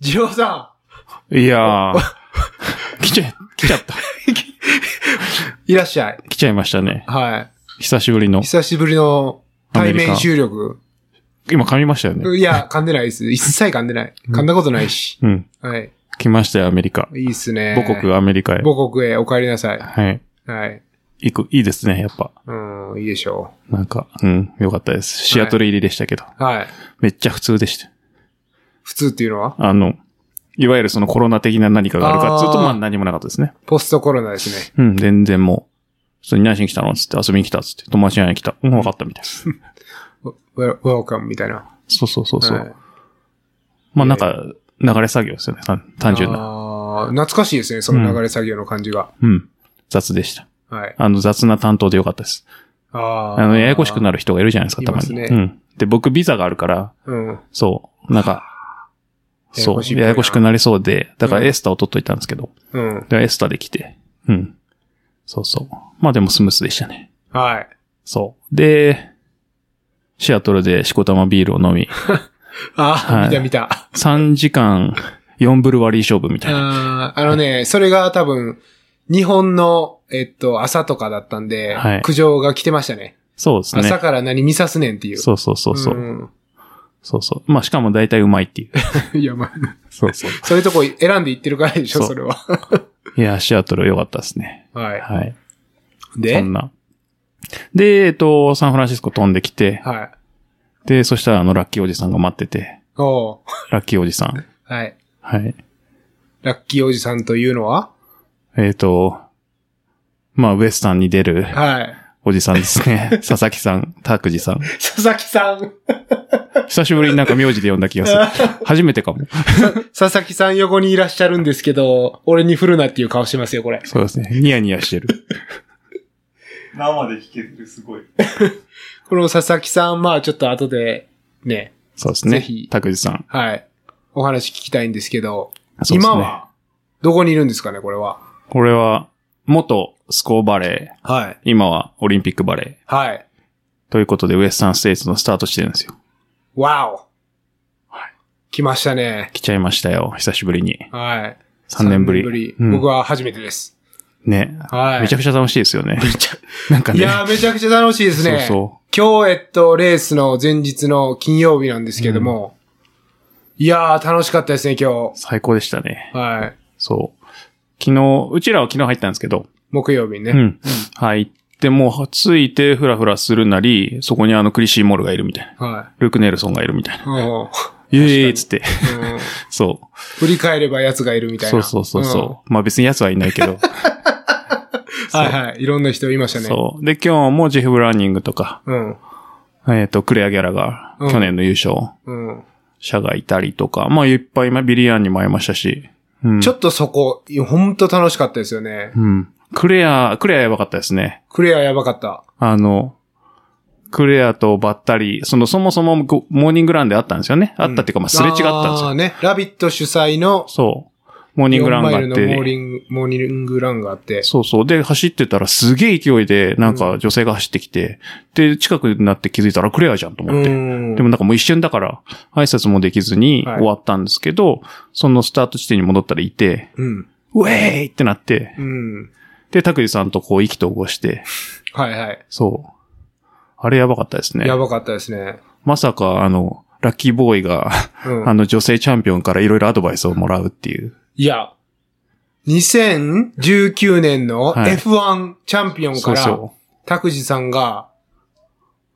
ジローさいやー、 来ちゃ、来ちゃった。ん、いらっしゃい。来ちゃいましたね。は久しぶりい。の。久しぶりの対面収録。今噛みましたよね。いや、噛んでない です。一切噛んでない。ん噛んだことないし。うん。はい。来ましたよ、アメリカ。いいっすね。母国アメリカへ。母国へお帰りなさい。はい。はい。行く、いいですね、やっぱ。うん、いいでしょなんか、うん、よかったです。シアトル入りでしたけど。う。はい。めっちゃ普通でした。普通っていうのはあの、いわゆるそのコロナ的な何かがあるかっていうと、あーまあ何もなかったですね。ポストコロナですね。うん、全然もう。普通に何しに来たのつって遊びに来たっつって。友達に会いに来た。うん、わかったみたいな。 Wel- welcome みたいな。そうそうそうそう。はいまあなんか、流れ作業ですよね。単単純な。あー懐かしいですね、その流れ作業の感じが。うん。雑でした。はい。あの、雑な担当でよかったです。あーあの、ややこしくなる人がいるじゃないですか、いたまますに。ねうん。で、僕、ビザがあるから、うん。そう、なんか、 ややそこう、しいっぽいなややこしくなりそうで、だかうらんエスタを取っといたんですけど、うん。でエスタで来て、うん。そうそう。まあでもスムースでしたね。はい。そう。で、シアトルでしこたまビールを 飲み、あー、はい見た見た。 3時間4ブル割り勝負みたいな。あーあのね、それが多分、日本の、えっと、朝とかだったんで、はい苦情が来てましたね。そうです朝ね。から何見さすねんっていう。そうそうそうそう。ん そうそう。まあしかも大体うまいっていう。いや、まあ、そうそう。そういうとこ選んでいってるからでしょ、そうそれは。いや、シアトル良かったですね。はい。はい。そでんな。で、えっと、サンフランシスコ飛んできて、はい。で、そしたらあの、ラッキーおじさんが待ってて、おうラッキーおじさん。はい。はい。ラッキーおじさんというのはえっ、と、まあ、ウエスタンに出るはい。おじさんですね。 佐々木さん、拓司さん。佐々木さん。久しぶりになんか名字で呼んだ気がする。初めてかも。佐々木さん横にいらっしゃるんですけど、俺に振るなっていう顔してますよ、これ。そうですね。ニヤニヤしてる。生で弾ける、すごい。この佐々木さん、まあちょっと後で、ね、そうですぜねひ。拓司さん。はい。お話聞きたいんですけど、そうです今ねはどこにいるんですかね、これは。これは、元スコーバレー、はい。今はオリンピックバレはい。ー。ということで、ウエスタンステイツのスタートしてるんですよ。わお、来ましたね。来ちゃいましたよ。久しぶりに。はい。 3年ぶり。うん僕は初めてです。ね。はい。めちゃくちゃ楽しいですよ ね。ちゃなんかね。いやー、めちゃくちゃ楽しいですね。そう今日、えっと、レースの前日の金曜日なんですけども、いやー、楽しかったですね、今最高でしたね。日。はい。そう。昨日、うちらは昨日入ったんですけど、木曜日にね。うん。入って、もう、ついて、ふらふらするなり、そこにあの、クリシー・モールがいるみたいな。はルーク・ネルソンがいるみたいな。い。うん。イエーイっ つって。うんそ振り返れば奴がいるみう。たいそな。うそうそうそう。まあ別に奴はいないけ ど。うんはいはい。いろんな人いましたね。そう。で、今日もジェフ・ブラーニングとか、う。うん。えっと、クレア・ギャラが、うん去年の優勝うん。者がいたりとか、まあいっぱい今、ビリヤンにも会いましたし。うん。ちょっとそこ、いやほんと楽しかったですよね。うん。クレア、クレアやばかったですね。クレアやばかった。あの、クレアとばったり、その、そもそもごモーニングランであったんですよね。あったっていうか、まあ、すれ違ったんですあーよ。ね。ラビット主催のそう。モーニングラ4ンがマイあルっのモーて。ニングモーニングランがあって。そうそう。で、走ってたらすげえ勢いで、なんか女性が走ってきて、で、近くになって気づいたらクレアじゃんと思って。んでもなんかもう一瞬だから、挨拶もできずにはい終わったんですけど、そのスタート地点に戻ったらいて、うん。ウェーイってなって、うん。で、拓司さんとこう意気投合して、はいはい。そう。あれやばかったですね。やばかったですね。まさか、あの、ラッキーボーイが、うんあの、女性チャンピオンからいろいろアドバイスをもらうっていう。いや、2019年のはい F1 チャンピオンそかうら、そ拓司さんが、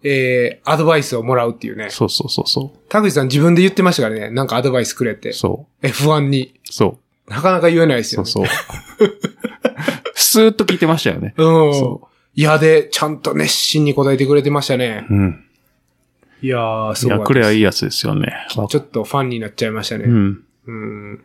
えー、アドバイスをもらうっていうねう。。そうそうそうそ拓司さん自分で言ってましたからね。なんかアドバイスくれってう。。そ F1 に。う。そう。なかなか言えないですよそうね。そう。 スーッと聞いてましたよね。うんそ。いやで、ちゃんと熱心に答えてくれてましたね。うん。いやー、すいごや、かったクでレアすいいやつですよね。わちょっとファンになっちゃいましたうね。ん。うん。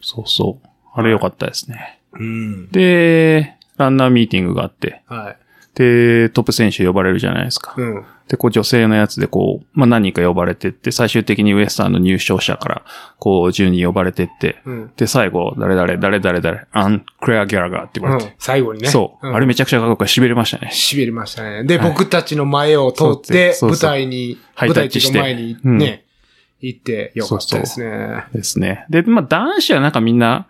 そうそう。あれ良かったですね。うん。で、ランナーミーティングがあって、はい。で、トップ選手呼ばれるじゃないですかう。ん。で、こう女性のやつでこう、まあ、何人か呼ばれてって、最終的にウエスタンの入賞者から、こう、順に呼ばれてって、うん。で、最後、誰々、誰々、誰、アン・クレア・ギャラガーって言うわれんて。最後にね。そう。んあれめちゃくちゃかっこよくて痺れましたね。痺れましたね。で、はい僕たちの前を通って、そう舞そう台に、ハイ舞タ台ッっていチしうてか前にね、行ってよかったですね。ですね。で、まあ男子はなんかみんな、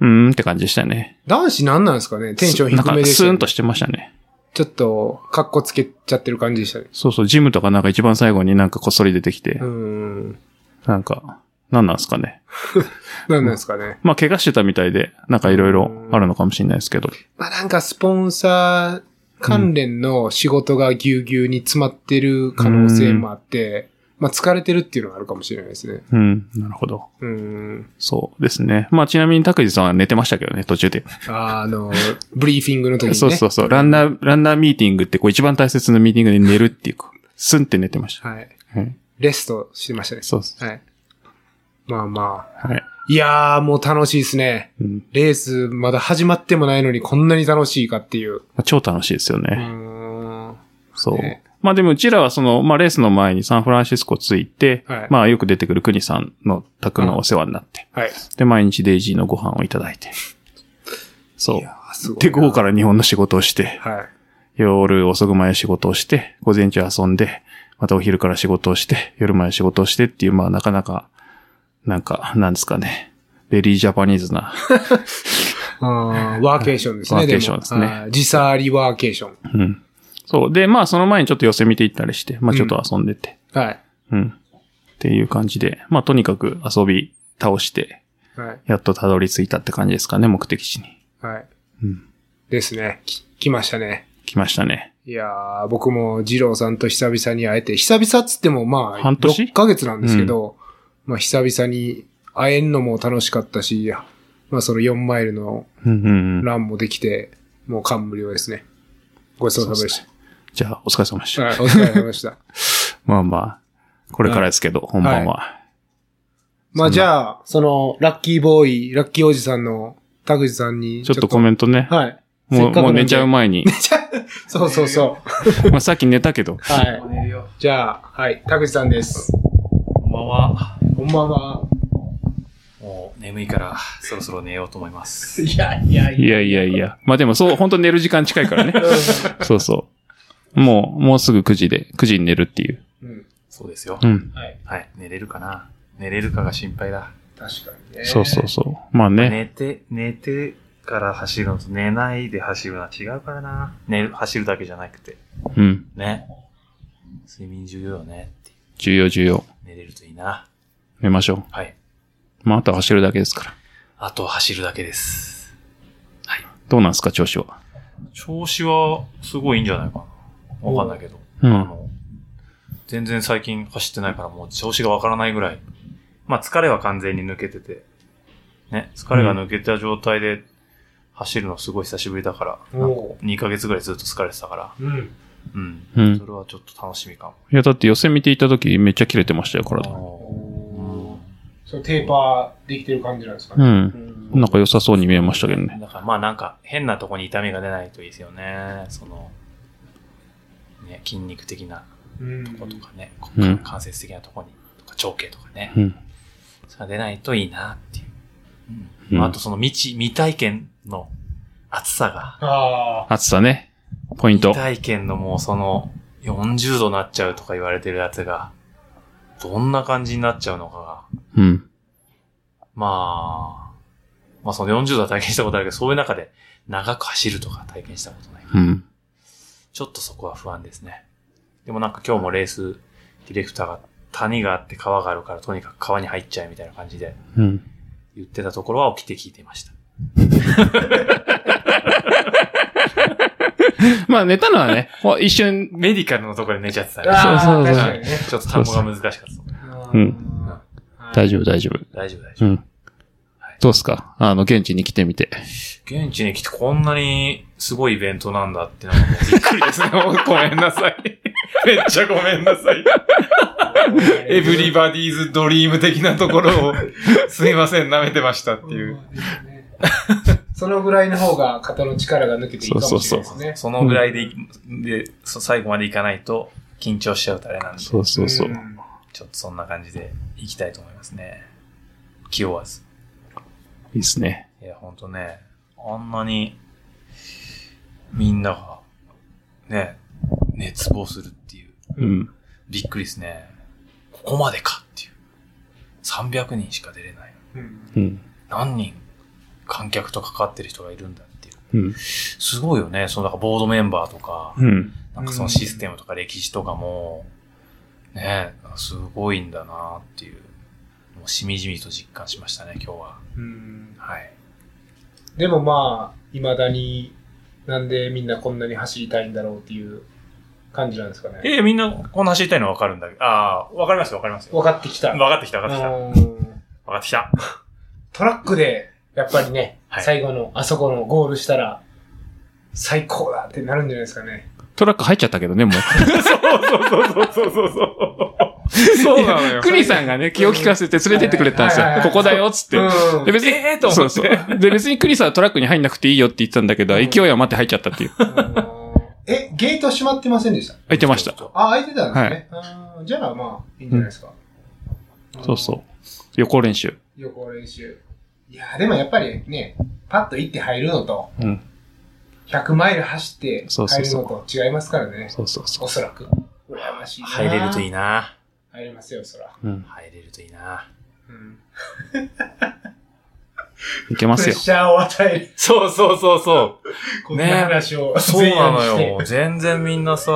うーんって感じでしたね。男子何なんですかねテンション低なんめかでしスたーね、ンとしてましたね。ちょっと、カッコつけちゃってる感じでしたね。そうそう、ジムとかなんか一番最後になんかこっそり出てきて、うーん。なんか、なんなんですかね。何なんですかね。まあ怪我してたみたいで、なんかいろいろあるのかもしれないですけど。まあなんかスポンサー関連の仕事がぎゅうぎゅうに詰まってる可能性もあって、まあ疲れてるっていうのがあるかもしれないですね。うん、なるほど。うーん。そうですね。まあちなみに拓司さんは寝てましたけどね、途中で。あ の、ブリーフィングの時にね。そうそうそう。ランナー、ランナーミーティングって、こう一番大切なミーティングで寝るっていうか、スンって寝てました。はい。はい。レストしてましたね。そうそう。はい。まあまあ。はい。いやーもう楽しいですね。うん。レースまだ始まってもないのにこんなに楽しいかっていう。まあ、超楽しいですようね。ーん。そうね。まあでもうちらはその、まあレースの前にサンフランシスコ着いて、はいまあよく出てくる国さんの宅のお世話になって、はい。で、毎日デイジーのご飯をいただい て。そいやう。ーすごいな。で、午後から日本の仕事をして、はい。夜遅くまで仕事をして、午前中遊んで、またお昼から仕事をして、夜まで仕事をしてっていう、まあなかなか、なんか、なんですかね。レディージャパニーズな、 あーワーケーションですね。ワーケーションですもねあー時差ありワーケーション。うん。そう。で、まあその前にちょっと寄せ見て行ったりして、まあちょっと遊んでて、はい。うん。っていう感じで、まあとにかく遊び倒して、はい。やっとたどり着いたって感じですかね、目的地に。はい。うん。ですね。き来ましたね。来ましたね。いやー、僕も二郎さんと久々に会えて、久々っつってもまあ、半年6ヶ月なんですけど、まあ久々に会えんのも楽しかったし、まあその4マイルのうんうんうん。ランもできて、もう感無量ですね。ごちそうさまでしじゃあ、お疲れ様でしたた。。はい、お疲れ様で した。まあまあ、これからですけど、本番は。まあじゃあ、その、ラッキーボーイ、ラッキーおじさんの田口さんにちょっとコメントね。はい。もう、もう寝ちゃうま。前に。そうそうそう。まあさっき寝たけど。はい。寝るよ。じゃあ、はい、田口さんです。こんばんは。こんばんは。もう眠いから、そろそろ寝ようと思います。いやいやいやいやいや。まあでもそう、本当寝る時間近いからね。そうそう。もう、もうすぐ9時で、9時に寝るっていう。うん。そうですよう。ん。はい。はい。寝れるかな寝れるかが心配だ。確かにね。そうそうそう。まあね。寝て、寝てから走るのと寝ないで走るのは違うからな。寝る、走るだけじゃなくて。うん。ね。睡眠重要よねって。重要重要。寝れるといいな。寝ましょう。はい。まああとは走るだけですから。あとは走るだけです。はい。どうなんすか、調子は。調子はすごいいいんじゃないかな。わかんないけど。うあん。の、全然最近走ってないからもう調子がわからないぐらい。まあ疲れは完全に抜けてて。ね、疲れが抜けた状態で走るのすごい久しぶりだから。おう。 2ヶ月ぐらいずっと疲れてたから。うん。うん。うんそれはちょっと楽しみかも。いや、だって予選見ていた時めっちゃ切れてましたよ、体。うんそう、テーパーできてる感じなんですかうね。ん。うなんか良さそうに見えましたけどね。だからまあなんか変なとこに痛みが出ないといいですよね。その、ね、筋肉的なうん。とことかね、こうん関節的なとこに、とか長径とかね、うん。それが出ないといいなっていう。ううんんまあ、あとその未知、未体験の暑さが、ああ。暑さね。ポイント。未体験のもうその40度なっちゃうとか言われてるやつが、どんな感じになっちゃうのかが、うん。まあ、まあその40度は体験したことあるけど、そういう中で長く走るとか体験したことない。うん。ちょっとそこは不安ですね。でもなんか今日もレースディレクターが谷があって川があるからとにかく川に入っちゃえみたいな感じでうん。言ってたところは起きて聞いていました。まあ寝たのはね、ほ一瞬、メディカルのところで寝ちゃってたね。あそうーそうそう確かにね。ちょっと単語が難しかった。うんはい大丈夫大丈夫。大丈夫大う丈夫。ん。どうっすかあの、現地に来てみて。現地に来てこんなにすごいイベントなんだってのがもうびっくり ですね。ごめんなさい。めっちゃごめんなさい。エブリバディーズドリーム的なとこ ろを、すいません、舐めてましたって いう。そのぐらいの方が肩の力が抜けていいかもしれないですね。そのぐらいでい、で、そ最後までいかないと緊張しちゃうとあれなんで、ちそょっうそうそう。んとそんな感じでいきたいと思いますね。気負わず。いいっすね。いや、ほんとね、あんなに、みんなが、ね、熱望するっていう、うん。びっくりですね。ここまでかっていう。 300人しか出れない。うんうん。何人観客と関わってる人がいるんだっていう。うん。すごいよね。そのなんかボードメンバーとか、うん。なんかそのシステムとか歴史とかも、ね、なんかすごいんだなっていう、もうしみじみと実感しましたね、今日は。うんはい。でもまあ、未だになんでみんなこんなに走りたいんだろうっていう感じなんですかね。えーみんなこんな走りたいのわかるんだけど、ああ、わかりますよ、わかりますよ。分わかってきた。かってきた、わかってきた。わうんかってきた。トラックで、やっぱりね、はい最後のあそこのゴールしたら、最高だってなるんじゃないですかね。トラック入っちゃったけどね、もう。そうそうそうそうそう。そうなのよ。クリさんがね、気を利かせて連れてってくれたんですよはいはい。はいここだよ、っつって。うんで別に、えーと思ってそうそう。で、別にクリさんはトラックに入んなくていいよって言ってたんだけど、うん勢い余って入っちゃったっていう。え、ゲート閉まってませんでした入ってました。あ、開いてたんですね。うんじゃあまあ、いいんじゃないですか。そうそう。予行練習。うん。予行練習。いやーでもやっぱりね、パッと行って入るのと、うん。 100マイル走ってそう入そうるそのうと違いますからね。そうそうそおそらく。羨ましいな。入れるといい。いな。入りますよ、そら。う。うん。入れるといいな。うん。いけまプすレッよ。シャーを与える、そうそうそうそこんな話を、う。そうなの前夜にしよ。て。全然みんなさ、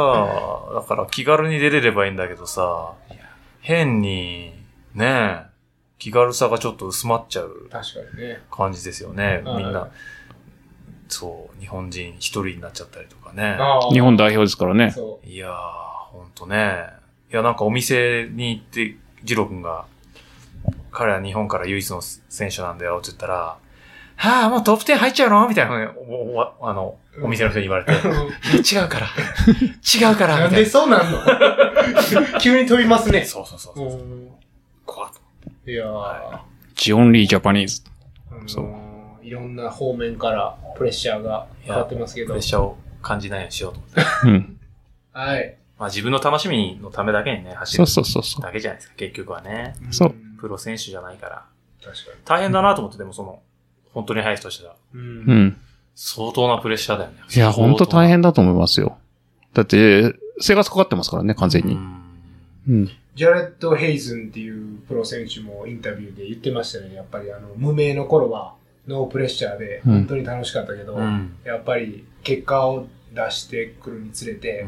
だから気軽に出れればいいんだけどさ、変に、ねえ、気軽さがちょっと薄まっちゃう確かにね。感じですよね。うんみんな、そう、日本人一人になっちゃったりとかね。あー日本代表ですからね。そう。いやー、ほんとね。いや、なんかお店に行って、ジロ君が、彼は日本から唯一の選手なんだよって言ったら、はあ、もうトップ10入っちゃうのみたいなね、おおわあの、お店の人に言われて、違うから、違うから、なみんたいでな。そう なんの急に飛びますね。そうそうそうそう。うん怖っいやーはジオンリージャパニーズ。あのーそういろんな方面からプレッシャーがかかってますけプどレッ。シャーを感じないようにしようと思って。うん。はい。まあ自分の楽しみのためだけにね、走そるうそうそうそう。だけじゃないですか、結局はね。そうんプロ選手じゃないから。確か大変だなと思って、でもその、本当に速い人たちが。に。うんうん。相当なプレッシャーだよね。いや、ほんと大変。変だと思いますよ。だって、生活かかってますからね、完全うに。んうん。ジャレット・ヘイズンっていうプロ選手もインタビューで言ってましたね。やっぱりあの、無名の頃はノープレッシャーでうん本当に楽しかったけど、うん。やっぱり結果を出してくるにつれて、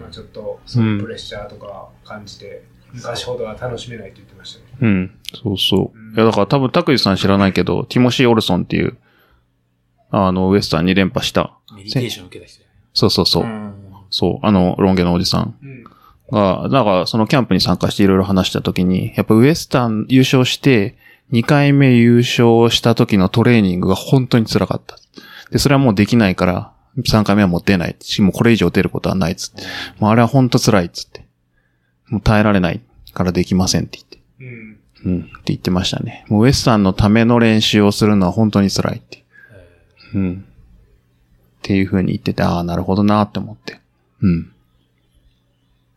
まあちょっとそのプレッシャーとか感じて、昔ほどは楽しめないと言ってましたね。うん。そうそうう。んいや、だから多分、拓司さん知らないけど、ティモシー・オルソンっていう、あの、ウエスタン2連覇した。メディテーション受けた人だよね。そうそうそう。んそう、あの、ロン毛のおじさんうん。が、だから、そのキャンプに参加していろいろ話した時に、やっぱウエスタン優勝して、2回目優勝した時のトレーニングが本当に辛かった。で、それはもうできないから、3回目はもう出ない。しもうこれ以上出ることはないっつって。もうあれは本当辛いっつって。もう耐えられないからできませんって言って。うん。うん、って言ってましたね。もうウエスタンのための練習をするのは本当に辛いって。えーうん。っていう風に言ってて、ああ、なるほどなーって思って。うん。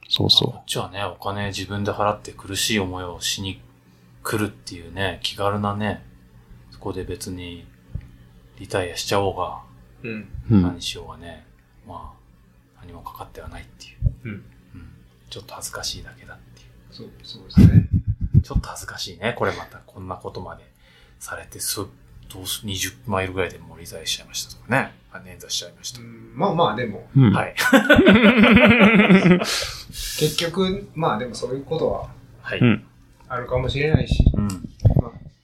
そうこそっちはね、お金自分で払って苦しい思いをしに来るっていうね、気軽なね、そこで別にリタイアしちゃおうが、うん。う。うん何。しようがね、まあ、何もかかってはないっていうう。ん。うん。ちょっと恥ずかしいだけだっていそう、そうですね。う。ちょっと恥ずかしいね、これまた。こんなことまでされて、す、どうす、20マイルぐらいでもうリタイアしちゃいましたとかね。あ捻挫しちゃいましたう。んまあまあでも、うん。はい。結局、まあでもそういうことははい。うん。あるかもしれないし、うん。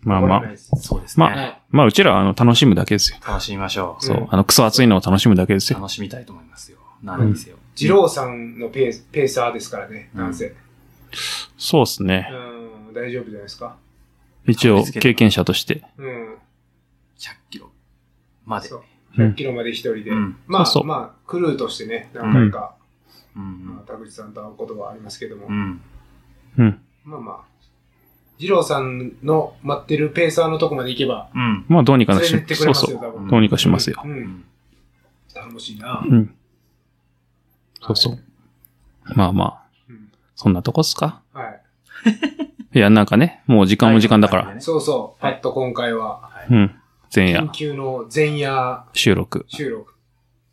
ままあまわかんないあ。です。そうですね。まあ、まあ、うちらはあの、楽しむだけですよ。楽しみましょう。そううんあの、クソ暑いのを楽しむだけですよ。楽しみたいと思いますよ。何にせよ。二郎さんのペースペーサーですからね、うんなんせ。そうですね。うん、大丈夫じゃないですか。一応、経験者として。うん。 100キロまで。そうう。うん100キロまで一人で。うんまあそうそうまあ、クルーとしてね、何回か、まんあ、田口さんと会うことはありますけども、うん。ううん。ん。まあまあ、二郎さんの待ってるペーサーのとこまで行けば、うん。まあ、どうにか連なれしてってくれそまうすよ、そう。多分。どうにかしますよ。う。うんん頼もしいな。うん。そうそう。まあまあ、うんそんなとこっすかはい。いや、なんかね、もう時間も時間だから。そうそう。パッと今回は、うん。前夜緊、急の前夜収録、収録、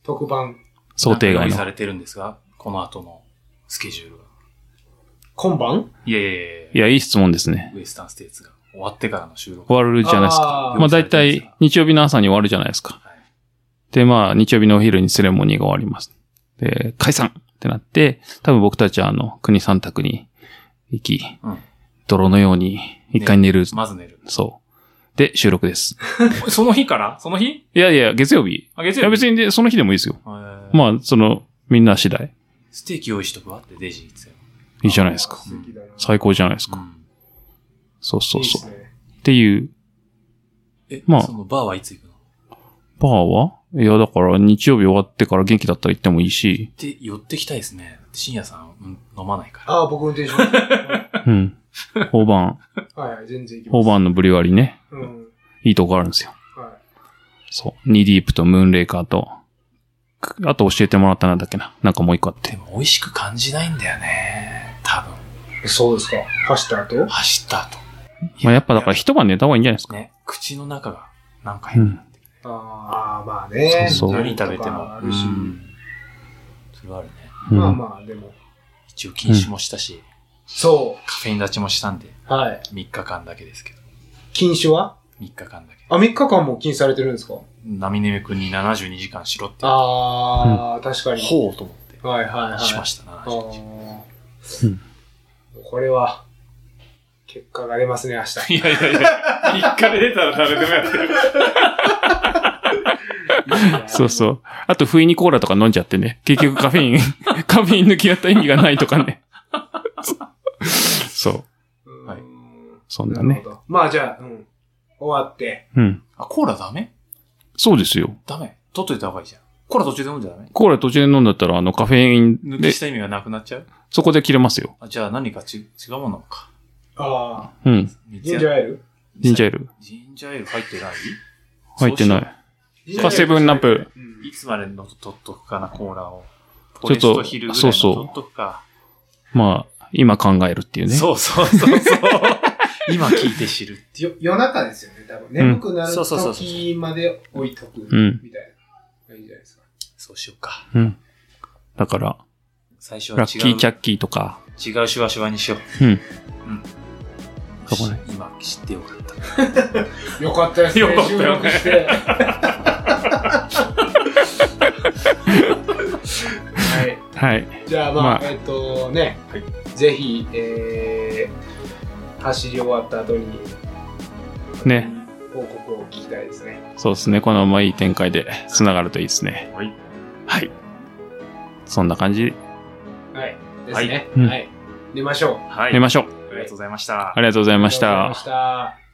特番、想定なんか外用意さの。れてるんですが、この後のスケジュールが。今晩いやいやいやいいや、いい質問ですね。や、ウエスタンステーツが終わってからの収録。終わるじゃないですか。あーまあ大体日曜日の朝に終わるじゃないですか。はいで、まあ日曜日のお昼にセレモニーが終わります。で、解散ってなって、多分僕たちはあの、国三択に行き、うん泥のように一回寝る。まず寝る。そう。で、収録です。その日からその日いやいや、月曜日。あ月い曜や日。別にでその日でもいいですよ。ままあ、その、みんな次第。ステーキ用意しとくわってデジ言ってたよ。いいじゃないですか。素敵だな最高じゃないですか。ん。そうそうそいう。いっすねっていう、え、まあそのバーはいつ行くのっバーはいや、だから日曜日終わってから元気だったら行ってもいいし、て寄ってきたいですね。深夜さん、うん飲まないから。ああ、僕運転し ます。うん。 大判、はいはい、全然行きま大す。判のブリュワリーね、うん。いいとこあるんですよ。はそう。ニーディープとムーンレイカーと、くあと教えてもらったなんだっけな。なんかもう一個あっでて。も美味しく感じないんだよね。多分。い。そうですか。走った後走った後。まあ、やっぱだから一晩寝た方がいいんじゃないですか。ね、口の中がなんか変になってる。ああ、まあね。そうそう何食べとかても。あうるしん。それはあるね。うんまあまあ、でも。一応禁酒もしたし、そカフェイン立ちもしたんで、う。はい。 3日間だけですけど。禁酒は3日間だけ。あ、3日間も禁止されてるんですかナミネメ君に72時間しろって、ああ、確かに。ほうと思って、はいはいはい。しましたな、あ72時間ーこれは、結果が出ますね、明日。いやいやいや、3日で出たら誰でもやってる。 そうそう。あと、不意にコーラとか飲んじゃってね。結局カフェ イン、カフェイン抜きやった意味がないとかね。そう。うはいんそんななるねほ。ど。まあじゃあ、うん。終わって。うん。あ、コーラダメそうですよ。ダメ。取っといた方がいいじゃん。コーラ途中で飲んじゃダメコーラ途中で飲んだったら、あの、カフェイン抜できし、た意味がなくなっちゃうそこで切れますよ。あじゃあ何かち違うものか。ああ、うん。ジンジャーーエエール。ールジンジャーエール。ジンジャーエール入ってない入っジンジてない。ャーエールか、セブンナップ。うんいつまでの取っとくかな、コーラを。とポレストヒルぐらいの取っとくか。まあ、今考えるっていうね。そうそうそうそう。 今聞いて知る。よ夜中ですよね、多分。眠くなるそうそうそうそう時まで置いとく。んみたいな。いいじゃないですか。そうしようか。うん。だから、最初は違う。ラッキーチャッキーとか、違うシュワシュワにしようん。う。そこね今知ってよかった。よかったですね、よかったよね収録して。はい。はい。じゃあまあ、まあえっ、とね、はいぜひ、えー、走り終わった後にね。報告を聞きたいですね。そうですね。このままいい展開で繋がるといいですね。はい。はい。そんな感じ。はい。ですね。うんはい。出ましょう。はい。寝ましょう。ありがとうございました。ありがとうございましありがとうございたま。した。